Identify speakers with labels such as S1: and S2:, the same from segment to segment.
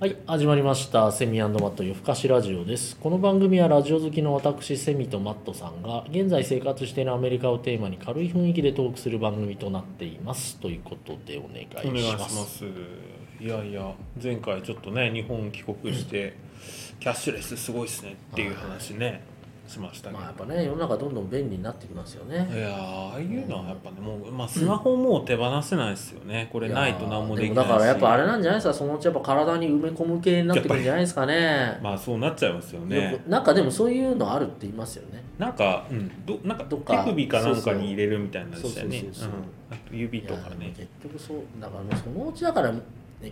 S1: はい始まりましたセミマット夜更かしラジオですこの番組はラジオ好きの私セミとマットさんが現在生活しているアメリカをテーマに軽い雰囲気でトークする番組となっていますということでお願
S2: お願
S1: い
S2: いし
S1: し
S2: ま
S1: ます
S2: すいやいや前回ちょっとね日本帰国してキャッシュレスすごいっすねっていう話ねしましたけど、
S1: まあやっぱね世の中どんどん便利になってきますよね
S2: いやーああいうのはやっぱねもう、まあ、スマホもう手放せないですよねこれないと何もできないし
S1: やだからやっぱあれなんじゃないですかそのうちやっぱ体に埋め込む系になってくるんじゃないですかね
S2: まあそうなっちゃいますよ
S1: よ
S2: ね
S1: くなんかでもそういうのあるって言いますよね
S2: なんか,、うん、どなんか
S1: どっか
S2: 手首かなんかに入れるみたいなんでしたよね
S1: そうそうそうそう
S2: うんあと指とか
S1: いや
S2: ね
S1: 結局そうだからもうそのうちだから、ね、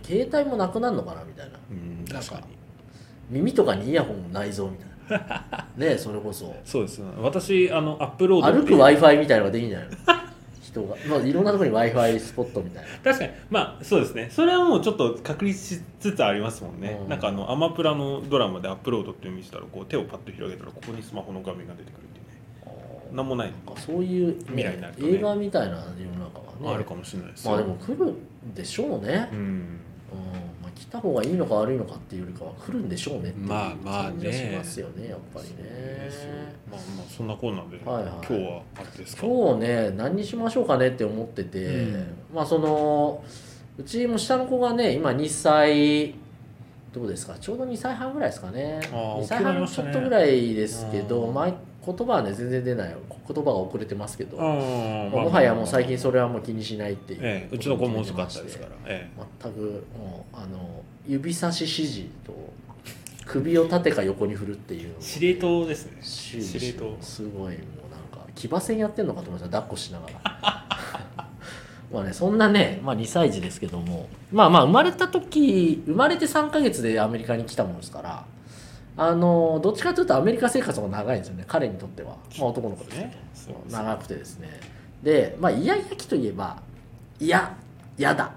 S1: 携帯もなくなるのかなみたいな
S2: うん
S1: なんか
S2: 確かに
S1: 耳とかにイヤホンも内蔵みたい なねそれこそ
S2: そうです私あのアップロード
S1: 歩
S2: って
S1: く w i f i みたいなのができんじゃないの人が、まあ、いろんなところに w i f i スポットみたいな
S2: 確かにまあそうですねそれはもうちょっと確立しつつありますもんね、
S1: うん
S2: なんかあのアマプラのドラマでアップロードって見せたらこう手をパッと広げたらここにスマホの画面が出てくるっていうねなんもない
S1: なんかそういう、
S2: 未来になるとね
S1: 映画みたいな世の中はね
S2: あるかもしれないです
S1: ま
S2: よ
S1: あでも来るんでしょうね
S2: う、ん
S1: うんまあ、来た方がいいのか悪いのかっていうよりかは来るんでしょうねっていう
S2: まあまあ
S1: 感
S2: ね
S1: じがしますよねやっぱり
S2: そう
S1: ね
S2: ですよまあまあそんなコーナーで、
S1: はいはい
S2: 今日はあれですか
S1: 今日ね何にしましょうかねって思ってて、
S2: うん
S1: まあそのうちも下の子がね今2歳どうですかちょうど2歳半ぐらいですかね
S2: あー
S1: 2歳
S2: 大きくなり
S1: 半
S2: まし
S1: ち
S2: た
S1: ょ
S2: ね
S1: っとぐらいですけど、
S2: うん
S1: 前言葉はね全然出ない言葉が遅れてますけど、
S2: あー
S1: まあ
S2: まあ
S1: もはやもう最近
S2: え
S1: それはもう気にしないっていう、
S2: えうちの子も遅かったですから、え
S1: 全くもうあの指差し指示と首を縦か横に振るっていうのを
S2: え、司令塔ですね
S1: 終始
S2: 司令塔
S1: すごいもうなんか騎馬戦やってんのかと思いました抱っこしながら まあねそんなね、まあ、2歳児ですけどもまあまあ生まれた時生まれて3ヶ月でアメリカに来たものですからあのどっちかというとアメリカ生活の方が長いんですよね彼にとっては、まあ、男の子ですけど
S2: ねそうです
S1: 長くてですねでまあイヤイヤ期といえば「いややだ」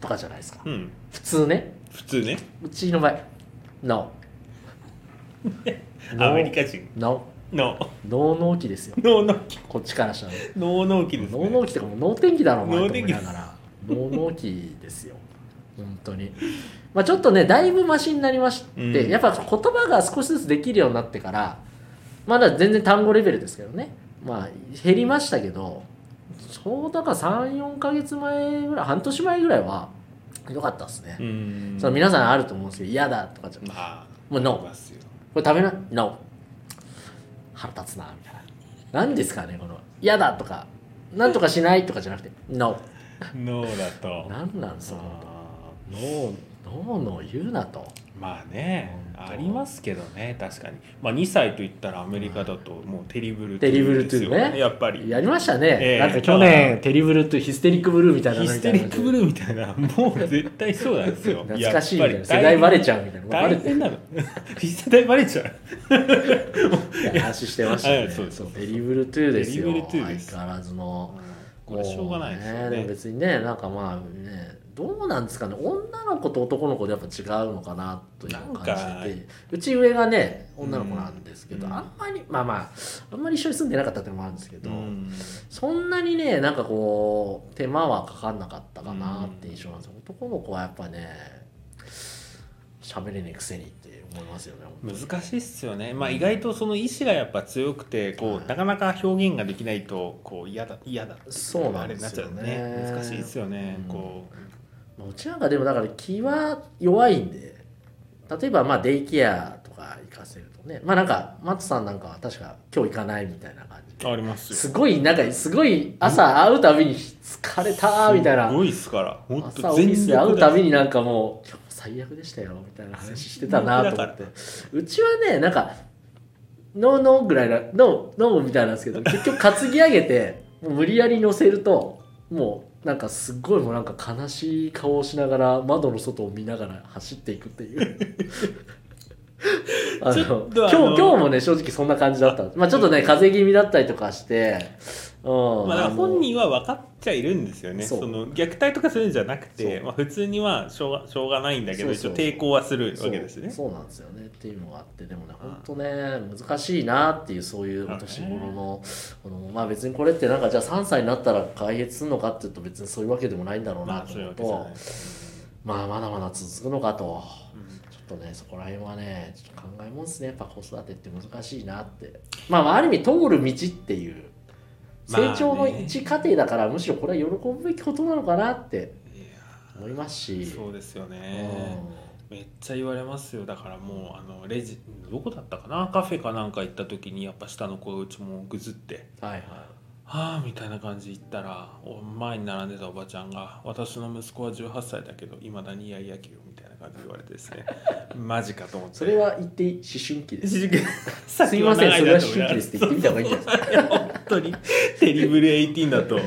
S1: とかじゃないですか
S2: うん
S1: 普通ね
S2: 普通ね
S1: うちの場合「No」
S2: アメリカ人
S1: No
S2: の
S1: 脳脳期ですよ
S2: 脳の期
S1: こっちからしたら
S2: 脳の期です
S1: 脳
S2: ね
S1: 納期とかもう脳天気だろお前と
S2: 脳
S1: 思
S2: 天
S1: い
S2: 気
S1: ながら脳納期ですよ本当にまあちょっとねだいぶマシになりまして、
S2: うん
S1: やっぱ言葉が少しずつできるようになってからまだ全然単語レベルですけどねまあ減りましたけどそうだから34か月前ぐらい半年前ぐらいは良かったですね、
S2: うん
S1: その皆さんあると思うんですけど嫌だとかじゃ
S2: まあ
S1: もう
S2: い
S1: NO
S2: ますよ
S1: これ食べな NO 腹立つなみたいな何ですかねこの嫌だとかなんとかしないとかじゃなくて NO
S2: 脳だと
S1: なんなんその
S2: あ
S1: 脳脳の言うなと
S2: ーまあね
S1: 本当
S2: ありますけどね確かにまあ2歳といったらアメリカだともうテリブル
S1: テリブル
S2: ですよ
S1: トゥーね
S2: やっぱり
S1: やりましたね、
S2: ええ
S1: なんか去年テリブルとヒステリックブルーみたいな
S2: ヒステリックブ
S1: ル
S2: ルーみたいなもう絶対そうなんですよ
S1: 懐かしいみ
S2: や
S1: たいな
S2: っぱり
S1: 世代バレちゃうみたいなバレ
S2: 大
S1: て
S2: 変なの 世代バレちゃう
S1: 話してましたね
S2: はいそうです
S1: そうテリブル2ですよ
S2: テリブルトゥーです
S1: 相変わらずの
S2: これしょうがないです
S1: も
S2: よ
S1: うでも
S2: ね
S1: 別にねなんかまあねどうなんですかね女の子と男の子でやっぱ違うのかなという
S2: なん
S1: 感
S2: か
S1: じでうち上がね女の子なんですけど、
S2: うん
S1: あんまりまあまああんまり一緒に住んでなかったっていうのもあるんですけ
S2: う
S1: ど、
S2: ん
S1: そんなにねなんかこう手間はかかんなかったかなって印象なんですよ、男の子はやっぱね喋れねえくせにって思いますよね
S2: 難しいっすよね、まあ、意外とその意志がやっぱ強くてこ
S1: はいう
S2: なかなか表現ができないとこう嫌だ嫌だって
S1: そうな
S2: あ
S1: ん
S2: れ
S1: で
S2: になっ
S1: す
S2: ちゃ
S1: よ
S2: う
S1: ね
S2: ね難しいっすよね、
S1: うん
S2: こ
S1: まあうちなんかでもだから気は弱いんで例えばまあデイケアとか行かせるとねまあなんかマットさんなんかは確か今日行かないみたいな感じ
S2: うありますよ
S1: すごいなんかすごい朝会うたびに疲れたーみたいな
S2: すごいっすから本
S1: 朝
S2: 当
S1: オフィスで会うたび
S2: に
S1: になんかもう今日も最悪でしたよみたいな話してたなと思 ってうちはねなんかノーノーぐらいなノーノーみたいなんですけど結局担ぎ上げてもう無理やり乗せるともうなんかすっごいもうなんか悲しい顔をしながら窓の外を見ながら走っていくっていう あ
S2: ちょ
S1: の
S2: っと
S1: 今
S2: あ
S1: 日
S2: の
S1: 今日もね正直そんな感じだったまあちょっとね風邪気味だったりとかして、うん
S2: ま
S1: あ
S2: あ、だから
S1: の
S2: 本人は分かっちゃいるんですよね
S1: そ
S2: そうの虐待とかするんじゃなくて、
S1: そう
S2: まあ、普通にはしょうがしょうがないんだけど
S1: そうそう
S2: 一応抵抗はするわけですね
S1: そうそうなんですよねっていうのがあってでもね本当ね難しいなっていうそういうお年頃の子供まあ別にこれってなんかじゃあ3歳になったら解決するのかっていうと別にそういうわけでもないんだろうな
S2: まあ
S1: と
S2: そうい
S1: 思
S2: う
S1: う
S2: わ
S1: と、
S2: けじゃない
S1: ままあまだまだ続くのかと
S2: うん
S1: ちょっとねそこら辺はねちょっと考えもんですねやっぱ子育てって難しいなってまあある意味通る道っていう
S2: まあね
S1: 成長の一過程だからむしろこれは喜ぶべきことなのかなって
S2: いや
S1: 思いますし
S2: ーそうですよね、めっちゃ言われますよだからもうあのレジどこだったかなカフェかなんか行った時にやっぱ下の子うちもぐずって
S1: うんはいはい
S2: はあみたいな感じ行ったらお前に並んでたおばちゃんが「私の息子は18歳だけどいまだにイヤイヤ期よ」みたいな感じで言われてですね マジかと思って
S1: それは言っていい思春期です
S2: さっ
S1: すい
S2: き
S1: ません
S2: 長
S1: そ
S2: い
S1: れは
S2: な
S1: 思春期ですって
S2: と
S1: 言ってみ
S2: 思
S1: た方がいいんじ ゃないですか
S2: います本当にテリブル18だ と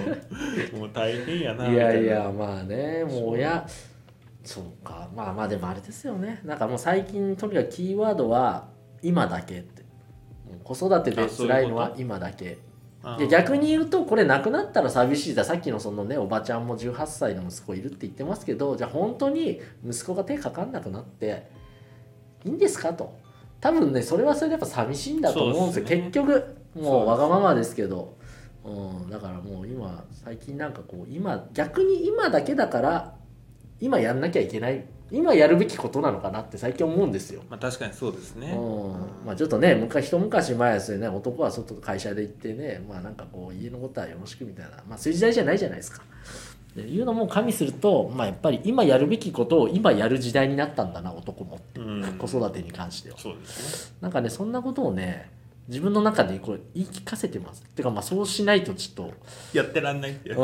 S2: もう大変やない
S1: いやい
S2: み
S1: やまあねも
S2: そうう
S1: 親そうかまあまあでもあれですよねなんかもう最近とにかくキーワードは「今だけ」ってもう子育てで辛いの
S2: あ
S1: は
S2: そ
S1: 今だけ
S2: たいな
S1: で逆に言うとこれなくなったら寂しいださっきのそのねおばちゃんも18歳の息子いるって言ってますけどじゃあ本当に息子が手かかんなくなっていいんですかと多分ねそれはそれでやっぱ寂しいんだと思うんですよ
S2: そうですね
S1: 結局
S2: そう
S1: も
S2: で
S1: う
S2: す
S1: わがままですけどうん、だからもう今最近なんかこう今逆に今だけだから今やんなきゃいけない今やるべきことなのかなって最近思うんですよ。
S2: まあ確かにそうですね
S1: うんまあ、ちょっとね昔一昔前ですよね男は外会社で行ってねまあなんかこう家のことはよろしくみたいな、まあ、そういう時代じゃないじゃないですか。でいうのも加味すると、まあ、やっぱり今やるべきことを今やる時代になったんだな男もって、
S2: うん
S1: 子育てに関しては
S2: そうですね
S1: なんかねそんなことをね自分の中でこう言い聞かせてますてかまあそうしないとちょっと
S2: やってらんないって
S1: うん、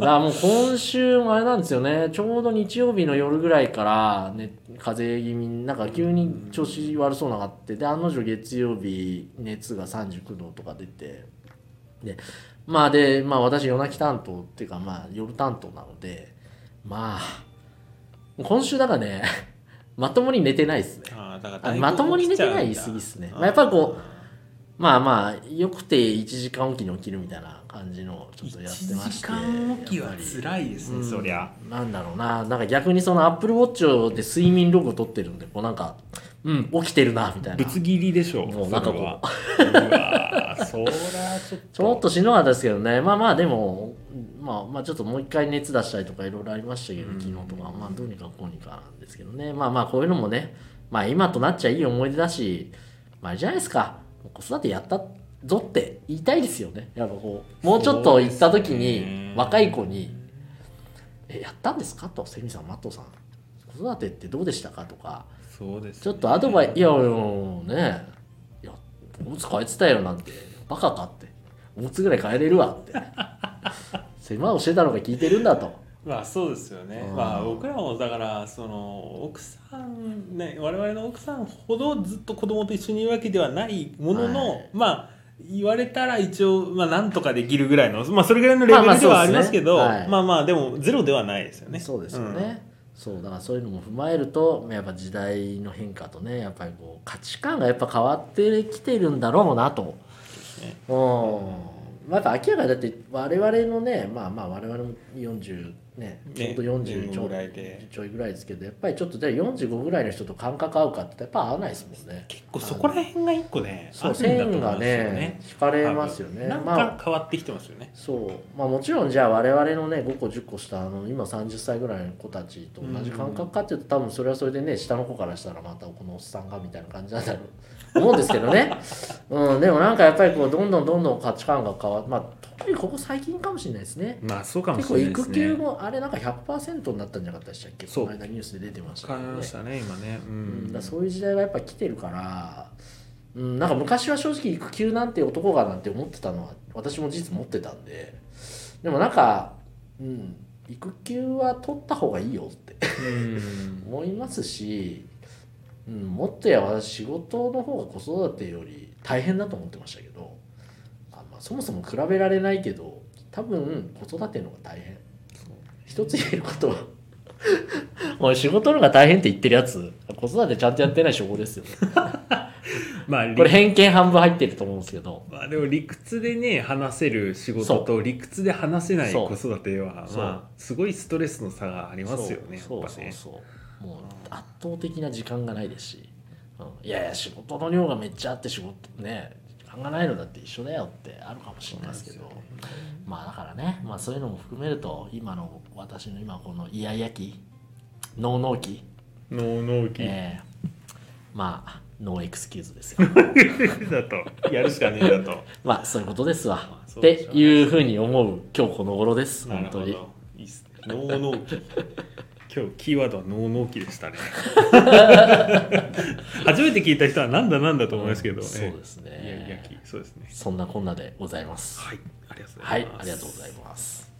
S1: だからもう今週もあれなんですよ ねちょうど日曜日の夜ぐらいから、ね、風邪気味になんか急に調子悪そうなのがあってで案の定月曜日熱が39度とか出てでまあで、まあ、私夜泣き担当っていうかまあ夜担当なのでまあ今週だからね まともに寝てないですね
S2: ああだからだいぶ
S1: まともに寝てない
S2: 起きちゃ
S1: 言い
S2: うんだ
S1: 過ぎっすねまあやっぱりこう
S2: あ
S1: まあまあよくて1時間おきに起きるみたいな感じのち
S2: ー
S1: ょっとやってまして
S2: 一時間おきは
S1: やっぱり
S2: 辛いですねそりゃ
S1: うんなんだろうななんか逆にそのアップルウォッチで睡眠ログを取ってるんでこうなんかうん起きてるなみたいな
S2: ぶつ
S1: ち
S2: 切りでしょ
S1: もうなんかこ
S2: それはうわーそりゃちょっと
S1: ょっとしんどかったですけどねまあまあでもまあまあちょっともう一回熱出したりとかいろいろありましたけど
S2: うん
S1: 昨日とかまあどうにかこうにかなんですけどねまあまあこういうのもねまあ今となっちゃいい思い出だしまああれじゃないですか子育てやったぞって言いたいですよねやっぱこうもうちょっと行った時
S2: そうですね
S1: に若い子に「えやったんですか?」とセミさんマットさん子育てってどうでしたかとか
S2: そうですね
S1: ちょっとアドバイス、いや、いやねえ、いや、おむつ変えてたよなんて、バカかって、おむつぐらい変えれるわって、 狭い教えたのが聞いてるんだと。
S2: まあそうですよね、
S1: うん
S2: まあ僕らもだからその奥さんね我々の奥さんほどずっと子供と一緒にいるわけではないものの、
S1: はい
S2: まあ言われたら一応まあなんとかできるぐらいのまあそれぐらいのレベルでは
S1: まあまあ
S2: ありますけど、
S1: そう
S2: まあ
S1: ですねはい
S2: まあでもゼロではないですよね
S1: そうですよね。そうだからそういうのも踏まえるとやっぱ時代の変化とねやっぱりこう価値観がやっぱ変わってきてるんだろうなと
S2: ね
S1: うんやっぱ明らかにだって我々のねまあまあ我々も40ね
S2: ね
S1: ちょうど40ちょ
S2: ぐらいで
S1: ちょいぐらいですけどやっぱりちょっとじゃあ45ぐらいの人と感覚合うかってやっぱ合わないですもんね
S2: 結構そこら辺が一個ね
S1: そ
S2: あ
S1: う
S2: るんだと思うん
S1: 線が
S2: ですよ
S1: ね
S2: ね
S1: 引かれますよね
S2: なん
S1: ま
S2: か
S1: あ
S2: 変わってきてますよね、
S1: そうまあもちろんじゃあ我々のね5個10個下の今30歳ぐらいの子たちと同じ感覚かっていうと多分それはそれでね下の子からしたらまたこのおっさんがみたいな感じなんだろう 思うんですけどね、うん、でもなんかやっぱりこうどんどんどんどん価値観が変わってまあ特にここ最近かもしれないですね
S2: まあそうかも
S1: 結
S2: し
S1: 構
S2: れないです
S1: 育
S2: ね
S1: 休もあれなんか100%になったんじゃなかったでしたっけ
S2: そう
S1: この間ニュースで出てました
S2: 変
S1: けど
S2: わりま
S1: ね
S2: したね今ねう
S1: うんだ
S2: ん
S1: からそういう時代がやっぱ来てるから、うん、なんか昔は正直育休なんて男がなんて思ってたのは私も事実持ってたんででもなんか、うん、育休は取った方がいいよって
S2: うん
S1: 思いますし、うん、もっとや私仕事の方が子育てより大変だと思ってましたけどあ、まあ、そもそも比べられないけど多分子育ての方が大変一つ言えることはおい仕事の方が大変って言ってるやつ子育てちゃんとやってない証拠ですよね
S2: まあ
S1: これ偏見半分入ってると思うんですけど
S2: まあでも理屈でね話せる仕
S1: そ
S2: 事
S1: う
S2: と理屈で話せない
S1: そう
S2: 子育ては
S1: そう
S2: まあすごいストレスの差がありますよね
S1: そう
S2: やっぱ
S1: そう
S2: ね
S1: そうそうもう圧倒的な時間がないですし、うん、いやいや仕事の量がめっちゃあって仕事ね時間がないのだって一緒だよってあるかもしれないですけどまあだからね、まあ、そういうのも含めると今の私の今このイヤイヤ期ノーノー期、
S2: 脳納期
S1: えーまあノーエクスキューズです よ
S2: だとやるしかねえだと
S1: まあそういうことですわ
S2: あ
S1: っ
S2: そうでし
S1: て
S2: ょうね
S1: いうふうに思う今日この頃です
S2: なる
S1: 本
S2: ほ
S1: 当
S2: ど
S1: に
S2: いいっすね脳納期 今日キーワードは脳納期でした ね初めて聞いた人はなんだなんだと思いますけど、
S1: うんそうですね
S2: ええいやいやきそうですね
S1: そんなこんなでございます
S2: はいありがとうございます
S1: はいありがとうございます